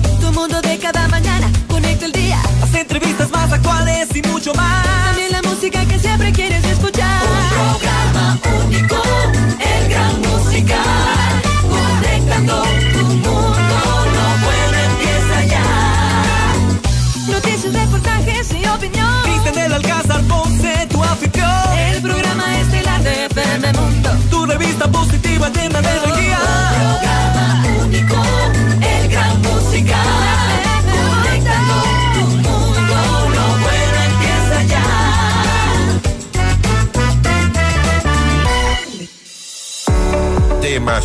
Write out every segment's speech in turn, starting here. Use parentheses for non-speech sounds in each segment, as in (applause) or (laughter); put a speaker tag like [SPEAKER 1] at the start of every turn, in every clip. [SPEAKER 1] nuevo mundo de cada mañana. Conecta el día.
[SPEAKER 2] Las entrevistas más actuales y mucho más.
[SPEAKER 1] También la música que siempre quieres escuchar.
[SPEAKER 3] Un programa único, el gran musical. Conectando tu mundo, lo bueno empieza ya.
[SPEAKER 1] Noticias, reportajes y opinión.
[SPEAKER 2] Cristian del Alcázar, Ponce, tu anfitrión.
[SPEAKER 1] El programa estelar de FM Mundo.
[SPEAKER 2] Tu revista positiva llena de energía.
[SPEAKER 3] Un programa único, el gran musical. Conectando tu mundo, lo bueno empieza ya.
[SPEAKER 4] Temas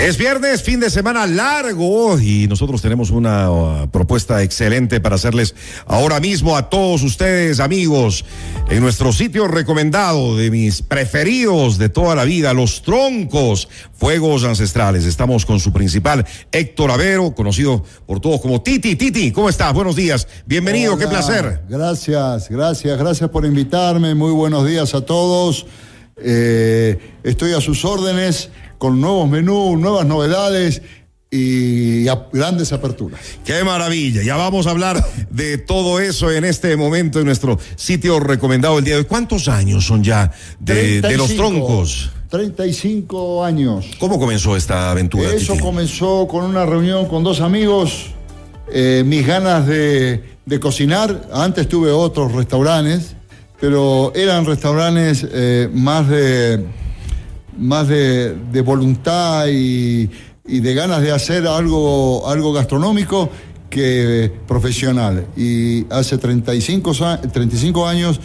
[SPEAKER 5] Es viernes, fin de semana largo y nosotros tenemos una uh, propuesta excelente para hacerles ahora mismo a todos ustedes, amigos, en nuestro sitio recomendado de mis preferidos de toda la vida, Los Troncos, Fuegos Ancestrales. Estamos con su principal, Héctor Avero, conocido por todos como Titi. Titi, ¿cómo estás? Buenos días, bienvenido, qué
[SPEAKER 6] Hola,
[SPEAKER 5] placer.
[SPEAKER 6] Ah, Gracias, gracias, gracias por invitarme. Muy buenos días a todos. Eh, estoy a sus órdenes con nuevos menús, nuevas novedades y a- grandes aperturas.
[SPEAKER 5] Qué maravilla. Ya vamos a hablar de todo eso en este momento en nuestro sitio recomendado el día de hoy. ¿Cuántos años son ya de, de los
[SPEAKER 6] 35,
[SPEAKER 5] troncos?
[SPEAKER 6] 35 años.
[SPEAKER 5] ¿Cómo comenzó esta aventura?
[SPEAKER 6] Eso
[SPEAKER 5] Titi?
[SPEAKER 6] comenzó con una reunión con dos amigos, eh, mis ganas de, de cocinar. Antes tuve otros restaurantes, pero eran restaurantes eh, más de más de, de voluntad y, y de ganas de hacer algo, algo gastronómico que profesional. Y hace 35, sa- 35 años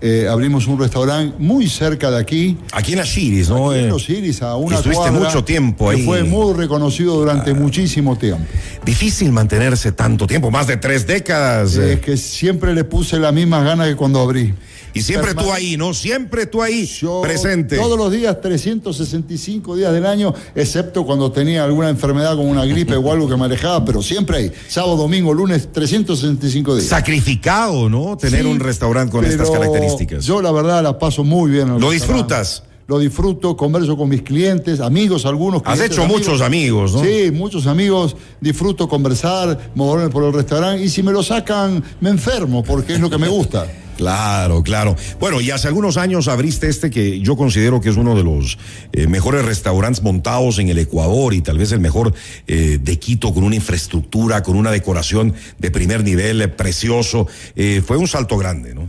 [SPEAKER 6] eh, abrimos un restaurante muy cerca de aquí,
[SPEAKER 5] Aquí en Ashiris, ¿no?
[SPEAKER 6] en
[SPEAKER 5] Eh,
[SPEAKER 6] los Iris a una
[SPEAKER 5] estuviste
[SPEAKER 6] cuadra
[SPEAKER 5] mucho tiempo
[SPEAKER 6] que
[SPEAKER 5] ahí.
[SPEAKER 6] fue muy reconocido durante muchísimo tiempo.
[SPEAKER 5] Difícil mantenerse tanto tiempo, más de tres décadas.
[SPEAKER 6] Es
[SPEAKER 5] eh.
[SPEAKER 6] que siempre le puse las mismas ganas que cuando abrí.
[SPEAKER 5] y siempre tú
[SPEAKER 6] permane-
[SPEAKER 5] ahí, ¿no? Siempre tú ahí,
[SPEAKER 6] Yo
[SPEAKER 5] presente.
[SPEAKER 6] todos los días, 365 días del año, excepto cuando tenía alguna enfermedad como una gripe o algo que manejaba, pero siempre ahí, sábado, domingo, lunes, 365 días.
[SPEAKER 5] Sacrificado, ¿no? Tener
[SPEAKER 6] Sí,
[SPEAKER 5] un restaurante con
[SPEAKER 6] pero
[SPEAKER 5] estas características.
[SPEAKER 6] Yo la verdad la paso muy bien. en el
[SPEAKER 5] ¿Lo
[SPEAKER 6] restaurante.
[SPEAKER 5] disfrutas?
[SPEAKER 6] Lo disfruto, converso con mis clientes, amigos, algunos.
[SPEAKER 5] Has
[SPEAKER 6] clientes,
[SPEAKER 5] hecho muchos amigos, ¿no?
[SPEAKER 6] Sí, muchos amigos. Disfruto conversar, moverme por el restaurante y si me lo sacan, me enfermo porque es lo que me gusta.
[SPEAKER 5] (laughs) Claro, claro. Bueno, y hace algunos años abriste este que yo considero que es uno de los eh, mejores restaurantes montados en el Ecuador y tal vez el mejor eh, de Quito, con una infraestructura, con una decoración de primer nivel, eh, precioso. Eh, fue un salto grande, ¿no?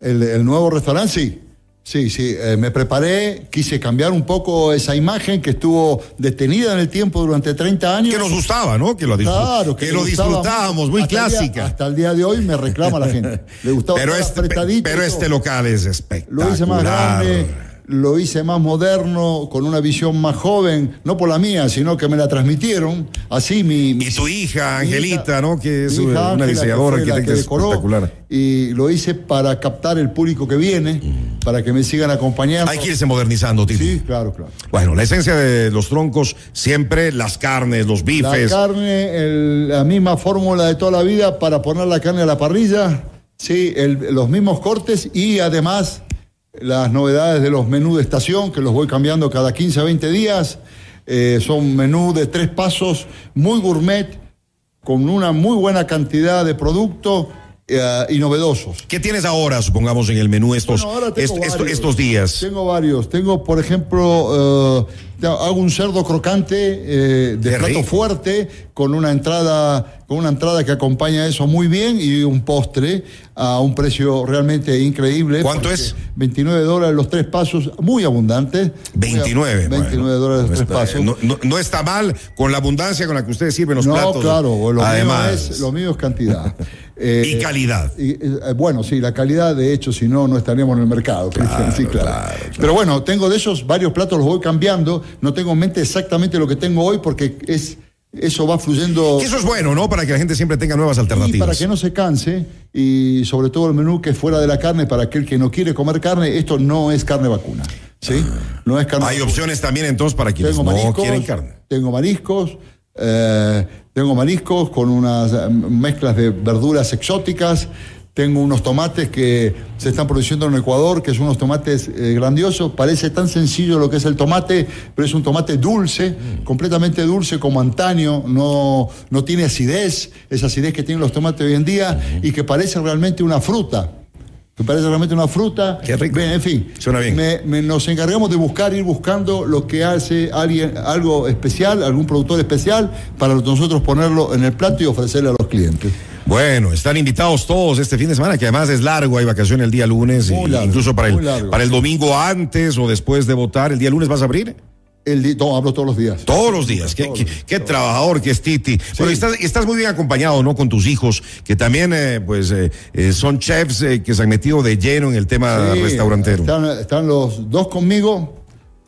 [SPEAKER 6] El, el nuevo restaurante, sí. Sí, sí, eh, me preparé, quise cambiar un poco esa imagen que estuvo detenida en el tiempo durante 30 años.
[SPEAKER 5] Que nos gustaba, ¿no? Que lo, disfru-
[SPEAKER 6] Claro,
[SPEAKER 5] que
[SPEAKER 6] le
[SPEAKER 5] lo
[SPEAKER 6] gustaba
[SPEAKER 5] disfrutábamos,
[SPEAKER 6] mucho.
[SPEAKER 5] muy
[SPEAKER 6] Hasta el día-
[SPEAKER 5] clásica.
[SPEAKER 6] hasta el día de hoy me reclama la
[SPEAKER 5] (laughs)
[SPEAKER 6] gente. Le gustaba
[SPEAKER 5] pero
[SPEAKER 6] estar
[SPEAKER 5] este,
[SPEAKER 6] apretadito
[SPEAKER 5] pero
[SPEAKER 6] y
[SPEAKER 5] este
[SPEAKER 6] todo.
[SPEAKER 5] local es espectacular.
[SPEAKER 6] Lo hice más grande, lo hice más moderno, con una visión más joven, no por la mía, sino que me la transmitieron. Así mi. mi
[SPEAKER 5] Y tu hija,
[SPEAKER 6] mi
[SPEAKER 5] Angelita, ¿no? Que es
[SPEAKER 6] mi hija
[SPEAKER 5] una
[SPEAKER 6] Ángela, que
[SPEAKER 5] diseñadora,
[SPEAKER 6] fue la
[SPEAKER 5] arquitecta
[SPEAKER 6] decoró,
[SPEAKER 5] espectacular.
[SPEAKER 6] Y lo hice para captar el público que viene, para que me sigan acompañando.
[SPEAKER 5] Mm. Hay que irse modernizando, Tito.
[SPEAKER 6] Sí, claro, claro.
[SPEAKER 5] Bueno, la esencia de los troncos, siempre las carnes, los
[SPEAKER 6] La
[SPEAKER 5] bifes.
[SPEAKER 6] carne, el- la misma fórmula de toda la vida para poner la carne a la parrilla, sí, el- los mismos cortes y además las novedades de los menús de estación, que los voy cambiando cada 15 a 20 días. Eh, son menú de tres pasos, muy gourmet, con una muy buena cantidad de producto eh, y novedosos.
[SPEAKER 5] ¿Qué tienes ahora, supongamos, en el menú estos,
[SPEAKER 6] Bueno, ahora tengo
[SPEAKER 5] est- est-
[SPEAKER 6] varios.
[SPEAKER 5] estos días?
[SPEAKER 6] Tengo varios. Tengo, por ejemplo, eh, hago un cerdo crocante eh, de
[SPEAKER 5] Qué
[SPEAKER 6] plato
[SPEAKER 5] rico.
[SPEAKER 6] fuerte con una entrada, con una entrada que acompaña eso muy bien y un postre a un precio realmente increíble.
[SPEAKER 5] ¿Cuánto
[SPEAKER 6] porque
[SPEAKER 5] es?
[SPEAKER 6] 29 dólares los tres pasos, muy abundantes. Muy ab-
[SPEAKER 5] 29.
[SPEAKER 6] 29
[SPEAKER 5] bueno.
[SPEAKER 6] dólares los
[SPEAKER 5] no
[SPEAKER 6] tres
[SPEAKER 5] está,
[SPEAKER 6] pasos.
[SPEAKER 5] No, no- no está mal con la abundancia con la que ustedes sirven los
[SPEAKER 6] no,
[SPEAKER 5] platos.
[SPEAKER 6] claro, lo,
[SPEAKER 5] Además,
[SPEAKER 6] mío es, lo mío
[SPEAKER 5] (laughs)
[SPEAKER 6] es cantidad. Eh,
[SPEAKER 5] Y calidad.
[SPEAKER 6] y, eh, bueno, sí, la calidad, de hecho, si no, no estaríamos en el mercado. Cristian, sí, claro.
[SPEAKER 5] claro, claro.
[SPEAKER 6] Pero bueno, tengo de esos varios platos, los voy cambiando. No tengo en mente exactamente lo que tengo hoy porque es, eso va fluyendo.
[SPEAKER 5] que eso es bueno, ¿no? Para que la gente siempre tenga nuevas
[SPEAKER 6] Y
[SPEAKER 5] alternativas.
[SPEAKER 6] para que no se canse, y sobre todo el menú que es fuera de la carne, para aquel que no quiere comer carne, esto no es carne vacuna. ¿Sí? No es carne
[SPEAKER 5] Ah. Hay
[SPEAKER 6] vacuna.
[SPEAKER 5] opciones también entonces para quienes
[SPEAKER 6] Tengo
[SPEAKER 5] no
[SPEAKER 6] mariscos,
[SPEAKER 5] quieren carne.
[SPEAKER 6] Tengo mariscos, eh, tengo mariscos con unas eh, mezclas de verduras exóticas. Tengo unos tomates que se están produciendo en Ecuador, que son unos tomates eh, grandiosos. Parece tan sencillo lo que es el tomate, pero es un tomate dulce,
[SPEAKER 5] Mm.
[SPEAKER 6] completamente dulce como antaño. No, no tiene acidez, esa acidez que tienen los tomates hoy en día y que parece realmente una fruta. Que parece realmente una fruta.
[SPEAKER 5] Qué rico.
[SPEAKER 6] Bien, en fin.
[SPEAKER 5] Suena bien.
[SPEAKER 6] Me- me- nos encargamos de buscar, ir buscando lo que hace alguien, algo especial, algún productor especial, para nosotros ponerlo en el plato y ofrecerle a los clientes.
[SPEAKER 5] Bueno, están invitados todos este fin de semana, que además es largo, hay vacaciones el día lunes,
[SPEAKER 6] Muy
[SPEAKER 5] y-
[SPEAKER 6] largo,
[SPEAKER 5] incluso para
[SPEAKER 6] muy
[SPEAKER 5] el,
[SPEAKER 6] largo.
[SPEAKER 5] para el domingo antes o después de votar. ¿El día lunes vas a abrir?
[SPEAKER 6] El di- no, hablo todos los días.
[SPEAKER 5] Todos los días. Qué,
[SPEAKER 6] Todos
[SPEAKER 5] qué-
[SPEAKER 6] los días,
[SPEAKER 5] qué trabajador que es Titi. Bueno, y estás, y estás muy bien acompañado, ¿no? Con tus hijos, que también, eh, pues, eh, eh, son chefs eh, que se han metido de lleno en el tema
[SPEAKER 6] Sí,
[SPEAKER 5] restaurantero.
[SPEAKER 6] Están, están los dos conmigo.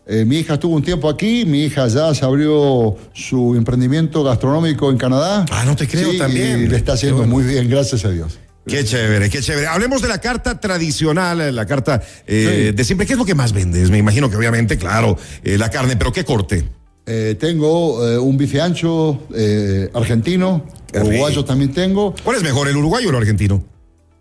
[SPEAKER 6] Eh, mi hija estuvo un tiempo aquí, mi hija ya se abrió su emprendimiento gastronómico en Canadá.
[SPEAKER 5] Ah, no te creo,
[SPEAKER 6] Sí,
[SPEAKER 5] también.
[SPEAKER 6] Y le está haciendo
[SPEAKER 5] Qué bueno.
[SPEAKER 6] muy bien, gracias a Dios.
[SPEAKER 5] Qué chévere, qué chévere. Hablemos de la carta tradicional, eh, la carta eh,
[SPEAKER 6] Sí.
[SPEAKER 5] de siempre. ¿Qué es lo que más vendes? Me imagino que obviamente, claro, eh, la carne, pero ¿qué corte?
[SPEAKER 6] Eh, tengo eh, un bife ancho eh, argentino,
[SPEAKER 5] Qué rico.
[SPEAKER 6] uruguayo también tengo.
[SPEAKER 5] ¿Cuál es mejor, el uruguayo o el argentino?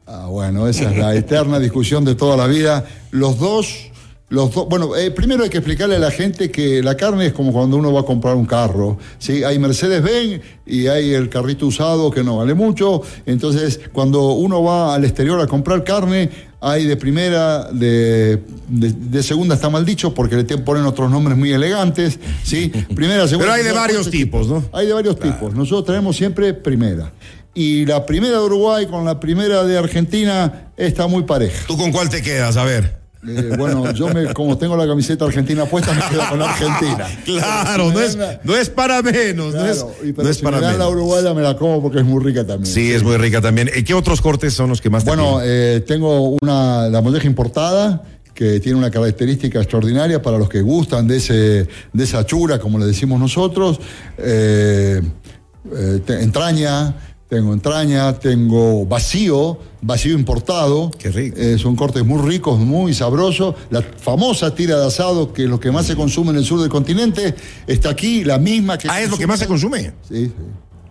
[SPEAKER 6] Ah, bueno, esa
[SPEAKER 5] (laughs)
[SPEAKER 6] es la eterna discusión de toda la vida. Los dos, los dos. Bueno, eh, primero hay que explicarle a la gente que la carne es como cuando uno va a comprar un carro. ¿sí? Hay Mercedes Benz y hay el carrito usado que no vale mucho. Entonces, cuando uno va al exterior a comprar carne, hay de primera, de, de- de segunda está mal dicho, porque le te ponen otros nombres muy elegantes. ¿sí? Primera, segunda.
[SPEAKER 5] Pero hay de
[SPEAKER 6] tercera,
[SPEAKER 5] varios
[SPEAKER 6] cuarta,
[SPEAKER 5] tipos, ¿no?
[SPEAKER 6] hay de varios tipos. Nosotros traemos siempre primera. Y la primera de Uruguay con la primera de Argentina está muy pareja.
[SPEAKER 5] ¿Tú con cuál te quedas? A ver.
[SPEAKER 6] Eh, bueno, yo me, como tengo la camiseta argentina puesta, me quedo con la Argentina.
[SPEAKER 5] (laughs) Claro,
[SPEAKER 6] Pero si
[SPEAKER 5] no
[SPEAKER 6] me
[SPEAKER 5] es,
[SPEAKER 6] dan la-
[SPEAKER 5] no es para menos, no es,
[SPEAKER 6] Claro, y pero
[SPEAKER 5] no es
[SPEAKER 6] si
[SPEAKER 5] para
[SPEAKER 6] me dan la
[SPEAKER 5] menos.
[SPEAKER 6] uruguaya me la como porque es muy rica también.
[SPEAKER 5] Sí, es muy rica también. ¿Y qué otros cortes son los que más te
[SPEAKER 6] Bueno,
[SPEAKER 5] piden?
[SPEAKER 6] eh, tengo una, la molleja importada que tiene una característica extraordinaria para los que gustan de, ese, de esa chura, como le decimos nosotros. Eh, eh, te- entraña, tengo entraña, tengo vacío, vacío importado.
[SPEAKER 5] Qué rico.
[SPEAKER 6] Eh, son cortes muy ricos, muy sabrosos. La famosa tira de asado, que es lo que más se consume en el sur del continente, está aquí, la misma que...
[SPEAKER 5] ah, es lo que más se consume.
[SPEAKER 6] Sí, sí.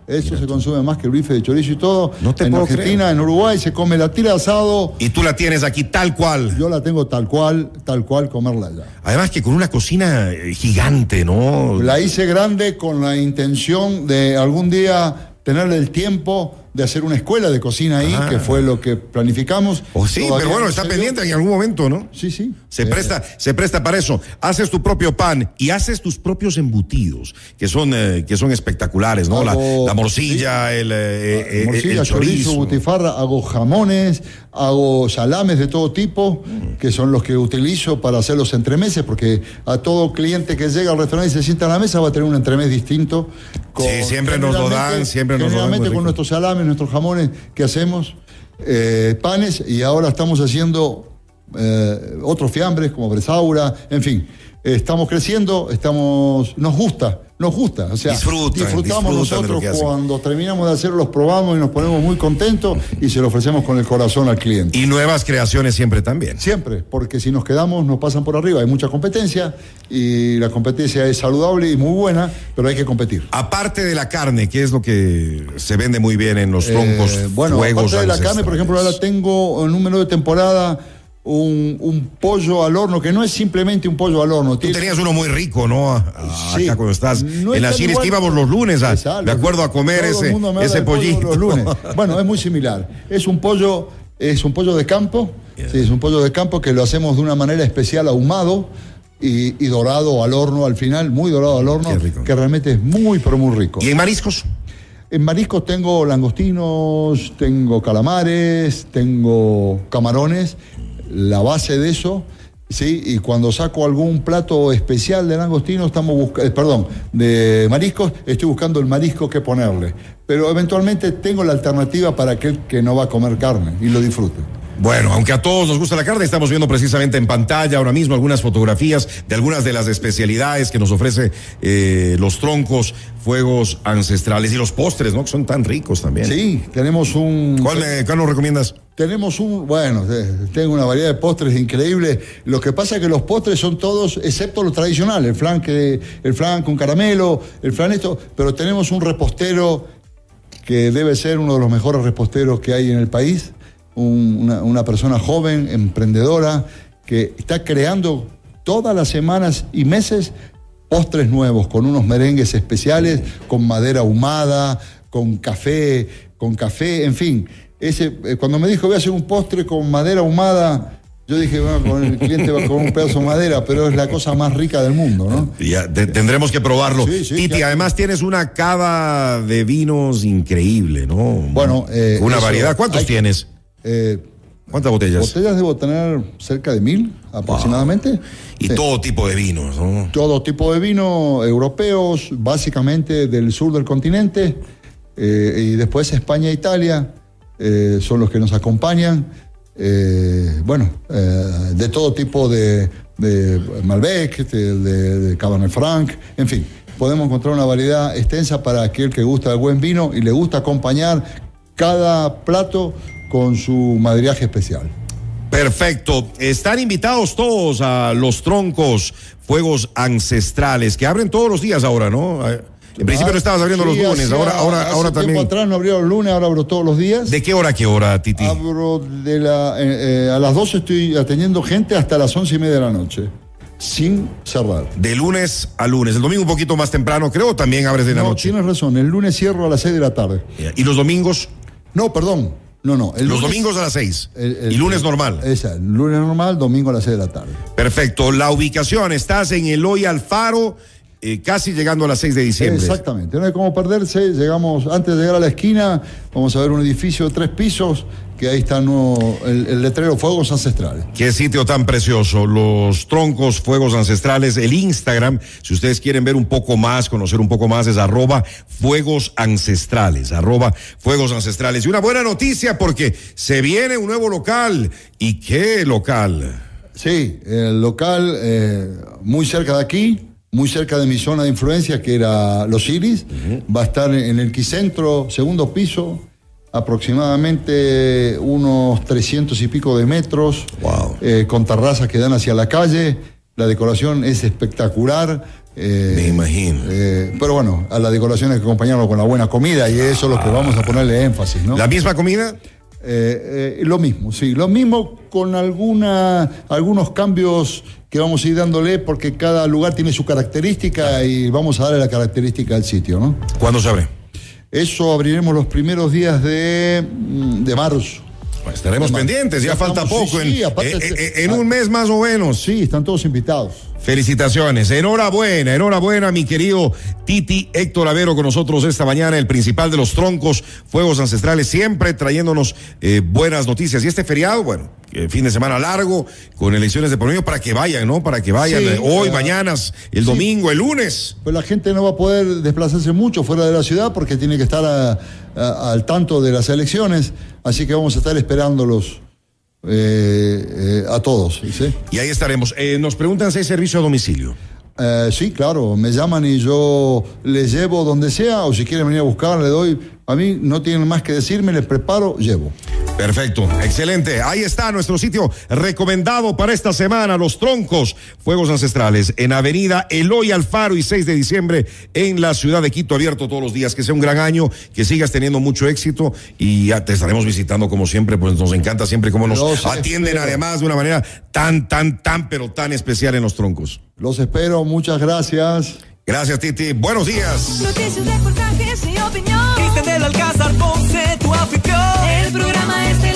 [SPEAKER 6] Eso se consume más que el bife de chorizo y todo.
[SPEAKER 5] No te
[SPEAKER 6] en
[SPEAKER 5] puedo
[SPEAKER 6] Argentina,
[SPEAKER 5] creer.
[SPEAKER 6] en Uruguay, se come la tira de asado.
[SPEAKER 5] Y tú la tienes aquí tal cual.
[SPEAKER 6] Yo la tengo tal cual, tal cual comerla ya.
[SPEAKER 5] Además que con una cocina eh, gigante, ¿no?
[SPEAKER 6] La hice grande con la intención de algún día tener el tiempo de hacer una escuela de cocina ahí,
[SPEAKER 5] Ah.
[SPEAKER 6] que fue lo que planificamos.
[SPEAKER 5] O Oh, sí,
[SPEAKER 6] Todavía
[SPEAKER 5] pero bueno,
[SPEAKER 6] no
[SPEAKER 5] está
[SPEAKER 6] se dio.
[SPEAKER 5] pendiente en algún momento, ¿no?
[SPEAKER 6] Sí, sí.
[SPEAKER 5] Se
[SPEAKER 6] Eh,
[SPEAKER 5] presta, se presta para eso. Haces tu propio pan y haces tus propios embutidos, que son, eh, que son espectaculares, ¿no? La,
[SPEAKER 6] Hago-
[SPEAKER 5] la morcilla, el, eh, eh,
[SPEAKER 6] morcilla,
[SPEAKER 5] el
[SPEAKER 6] chorizo,
[SPEAKER 5] chorizo.
[SPEAKER 6] butifarra, hago jamones, hago salames de todo tipo,
[SPEAKER 5] Mm.
[SPEAKER 6] que son los que utilizo para hacer los entremeses, porque a todo cliente que llega al restaurante y se sienta a la mesa va a tener un entremés distinto.
[SPEAKER 5] Sí, siempre nos lo dan,
[SPEAKER 6] generalmente-
[SPEAKER 5] siempre nos lo dan, muy
[SPEAKER 6] Generalmente
[SPEAKER 5] rico.
[SPEAKER 6] con nuestros salames, nuestros jamones que hacemos, eh, panes, y ahora estamos haciendo eh, otros fiambres como bresaura, en fin. eh, Estamos creciendo, estamos, nos gusta, nos gusta, o sea,
[SPEAKER 5] Disfrutan, disfrutan
[SPEAKER 6] disfrutamos
[SPEAKER 5] de lo
[SPEAKER 6] nosotros
[SPEAKER 5] que hacen.
[SPEAKER 6] cuando cuando terminamos de hacer los probamos y nos ponemos muy contentos y se lo ofrecemos con el corazón al cliente.
[SPEAKER 5] Y nuevas creaciones siempre también.
[SPEAKER 6] Siempre, porque si nos quedamos nos pasan por arriba. Hay mucha competencia y la competencia es saludable y muy buena, pero hay que competir.
[SPEAKER 5] Aparte de la carne, que es lo que se vende muy bien en los troncos.
[SPEAKER 6] Eh, bueno,
[SPEAKER 5] fuegos
[SPEAKER 6] aparte de la carne, por ejemplo, ahora
[SPEAKER 5] ancestrales.
[SPEAKER 6] tengo en número de temporada un, un pollo al horno, que no es simplemente un pollo al horno.
[SPEAKER 5] Tú
[SPEAKER 6] tiene-
[SPEAKER 5] tenías uno muy rico, ¿no? A-
[SPEAKER 6] Sí.
[SPEAKER 5] Acá cuando estás
[SPEAKER 6] No
[SPEAKER 5] en
[SPEAKER 6] es
[SPEAKER 5] la
[SPEAKER 6] tan
[SPEAKER 5] cines que
[SPEAKER 6] igual.
[SPEAKER 5] íbamos los lunes, a,
[SPEAKER 6] Exacto.
[SPEAKER 5] ah, de acuerdo a comer
[SPEAKER 6] Todo el
[SPEAKER 5] ese,
[SPEAKER 6] mundo me habla
[SPEAKER 5] ese
[SPEAKER 6] del pollo
[SPEAKER 5] pollito.
[SPEAKER 6] los lunes. Bueno, es muy similar. Es un pollo, es un pollo de campo. Sí, es un pollo de campo que lo hacemos de una manera especial, ahumado y, y dorado al horno al final, muy dorado al horno,
[SPEAKER 5] Qué rico.
[SPEAKER 6] que realmente es muy, pero muy
[SPEAKER 5] (laughs)
[SPEAKER 6] rico.
[SPEAKER 5] ¿Y en mariscos?
[SPEAKER 6] En mariscos tengo langostinos, tengo calamares, tengo camarones, la base de eso, ¿sí? Y cuando saco algún plato especial de langostinos, estamos buscando, perdón, de mariscos, estoy buscando el marisco que ponerle. Pero eventualmente tengo la alternativa para aquel que no va a comer carne y lo disfrute.
[SPEAKER 5] Bueno, aunque a todos nos gusta la carne, estamos viendo precisamente en pantalla ahora mismo algunas fotografías de algunas de las especialidades que nos ofrece eh, los troncos, fuegos ancestrales y los postres, ¿no? Que son tan ricos también.
[SPEAKER 6] Sí, tenemos un...
[SPEAKER 5] ¿Cuál, me- cuál nos recomiendas?
[SPEAKER 6] Tenemos un, bueno, eh, tengo una variedad de postres increíble. Lo que pasa es que los postres son todos, excepto los tradicionales, el flan, que, el flan con caramelo, el flan esto, pero tenemos un repostero que debe ser uno de los mejores reposteros que hay en el país, un- una, una persona joven, emprendedora, que está creando todas las semanas y meses postres nuevos, con unos merengues especiales, con madera ahumada, con café, con café, en fin. Ese, eh, cuando me dijo voy a hacer un postre con madera ahumada, yo dije, bueno, con el cliente va con un pedazo de madera, pero es la cosa más rica del mundo, ¿no?
[SPEAKER 5] Ya, te- tendremos que probarlo.
[SPEAKER 6] Sí, sí,
[SPEAKER 5] Titi,
[SPEAKER 6] claro.
[SPEAKER 5] además tienes una cava de vinos increíble, ¿no?
[SPEAKER 6] Bueno, eh,
[SPEAKER 5] una
[SPEAKER 6] eso,
[SPEAKER 5] variedad. ¿Cuántos
[SPEAKER 6] hay-
[SPEAKER 5] tienes?
[SPEAKER 6] Eh,
[SPEAKER 5] ¿Cuántas botellas?
[SPEAKER 6] botellas debo tener cerca de mil aproximadamente.
[SPEAKER 5] y
[SPEAKER 6] Sí.
[SPEAKER 5] todo tipo de vinos, ¿no?
[SPEAKER 6] todo tipo de vino europeos, básicamente del sur del continente, eh, y después España e Italia eh, son los que nos acompañan. Eh, bueno, eh, de todo tipo de, de Malbec, de, de- de Cabernet Franc, en fin, podemos encontrar una variedad extensa para aquel que gusta del buen vino y le gusta acompañar cada plato con su madriaje especial.
[SPEAKER 5] Perfecto. Están invitados todos a los troncos, fuegos ancestrales, que abren todos los días ahora, ¿no? Eh, En principio no estabas abriendo
[SPEAKER 6] ¿Ah? Sí,
[SPEAKER 5] los lunes,
[SPEAKER 6] hacía-
[SPEAKER 5] ahora, ahora,
[SPEAKER 6] hace
[SPEAKER 5] ahora
[SPEAKER 6] tiempo
[SPEAKER 5] también.
[SPEAKER 6] atrás no abrió los lunes, ahora abro todos los días.
[SPEAKER 5] ¿De qué hora a qué hora, Titi?
[SPEAKER 6] Ah, Abro de la, eh, eh, a las 12 estoy atendiendo gente hasta las 11 y media de la noche, sin cerrar.
[SPEAKER 5] De lunes a lunes. El domingo un poquito más temprano, creo, también abres de la
[SPEAKER 6] No,
[SPEAKER 5] noche.
[SPEAKER 6] tienes razón, el lunes cierro a las 6 de la tarde.
[SPEAKER 5] Ya, Y los domingos,
[SPEAKER 6] No, perdón, no, no. El
[SPEAKER 5] los
[SPEAKER 6] lunes-
[SPEAKER 5] domingos a las seis.
[SPEAKER 6] el- el- Eh.
[SPEAKER 5] y lunes normal.
[SPEAKER 6] Esa, el lunes normal, domingo a las 6 de la tarde.
[SPEAKER 5] Perfecto. La ubicación, estás en Eloy Alfaro, eh, casi llegando a las 6 de diciembre.
[SPEAKER 6] Exactamente, no hay como perderse, llegamos, antes de llegar a la esquina, vamos a ver un edificio de tres pisos, que ahí está nuevo el, el letrero Fuegos Ancestrales.
[SPEAKER 5] Qué sitio tan precioso, los troncos, fuegos ancestrales, el Instagram, si ustedes quieren ver un poco más, conocer un poco más, es arroba fuegos ancestrales, arroba fuegos ancestrales. Y una buena noticia porque se viene un nuevo local. ¿Y qué local?
[SPEAKER 6] Sí, el local eh, muy cerca de aquí, muy cerca de mi zona de influencia, que era Los Iris. Va a estar en el quicentro, segundo piso, aproximadamente unos 300 y pico de metros,
[SPEAKER 5] Wow.
[SPEAKER 6] eh, con terrazas que dan hacia la calle. La decoración es espectacular. eh,
[SPEAKER 5] Me imagino.
[SPEAKER 6] eh, pero bueno, a la decoración hay que acompañarlo con la buena comida y eso es lo que vamos a ponerle énfasis, ¿no?
[SPEAKER 5] Ah. ¿La misma comida?
[SPEAKER 6] Eh, eh, lo mismo, sí, lo mismo con alguna, algunos cambios que vamos a ir dándole porque cada lugar tiene su característica y vamos a darle la característica al sitio, ¿no?
[SPEAKER 5] ¿Cuándo se abre?
[SPEAKER 6] Eso abriremos los primeros días de, mm, de marzo.
[SPEAKER 5] Bueno, Pues estaremos
[SPEAKER 6] Ya
[SPEAKER 5] pendientes, ya
[SPEAKER 6] estamos,
[SPEAKER 5] falta
[SPEAKER 6] sí,
[SPEAKER 5] poco, en,
[SPEAKER 6] sí, aparte- ah.
[SPEAKER 5] eh, eh, eh, en un mes más o menos.
[SPEAKER 6] Sí, están todos invitados.
[SPEAKER 5] Felicitaciones, enhorabuena, enhorabuena mi querido Titi Héctor Avero con nosotros esta mañana, el principal de los troncos, fuegos ancestrales, siempre trayéndonos eh, buenas noticias. Y este feriado, bueno, eh, fin de semana largo, con elecciones de por medio, para que vayan, ¿no? Para que vayan
[SPEAKER 6] Sí,
[SPEAKER 5] eh, hoy,
[SPEAKER 6] claro.
[SPEAKER 5] mañana, el domingo, el lunes.
[SPEAKER 6] Pues la gente no va a poder desplazarse mucho fuera de la ciudad porque tiene que estar a- a- al tanto de las elecciones, así que vamos a estar esperándolos eh, eh, a todos. ¿sí?
[SPEAKER 5] Y ahí estaremos. Eh, nos preguntan si hay servicio a domicilio.
[SPEAKER 6] Eh, sí, claro, me llaman y yo les llevo donde sea, o si quieren venir a buscar, le doy. A mí no tienen más que decirme, les preparo, llevo.
[SPEAKER 5] Perfecto, excelente. Ahí está nuestro sitio recomendado para esta semana, Los Troncos, Fuegos Ancestrales, en Avenida Eloy Alfaro y 6 de diciembre en la ciudad de Quito, abierto todos los días. Que sea un gran año, que sigas teniendo mucho éxito y ya te estaremos visitando como siempre, pues nos encanta siempre cómo nos
[SPEAKER 6] Los
[SPEAKER 5] atienden
[SPEAKER 6] espero.
[SPEAKER 5] además de una manera tan, tan, tan, pero tan especial en Los Troncos.
[SPEAKER 6] Los espero, muchas gracias.
[SPEAKER 5] Gracias, Titi. Buenos días.
[SPEAKER 1] Noticias, reportajes y opinión.
[SPEAKER 2] Cristian del Alcázar, Ponce, tu anfitrión.
[SPEAKER 1] El programa es de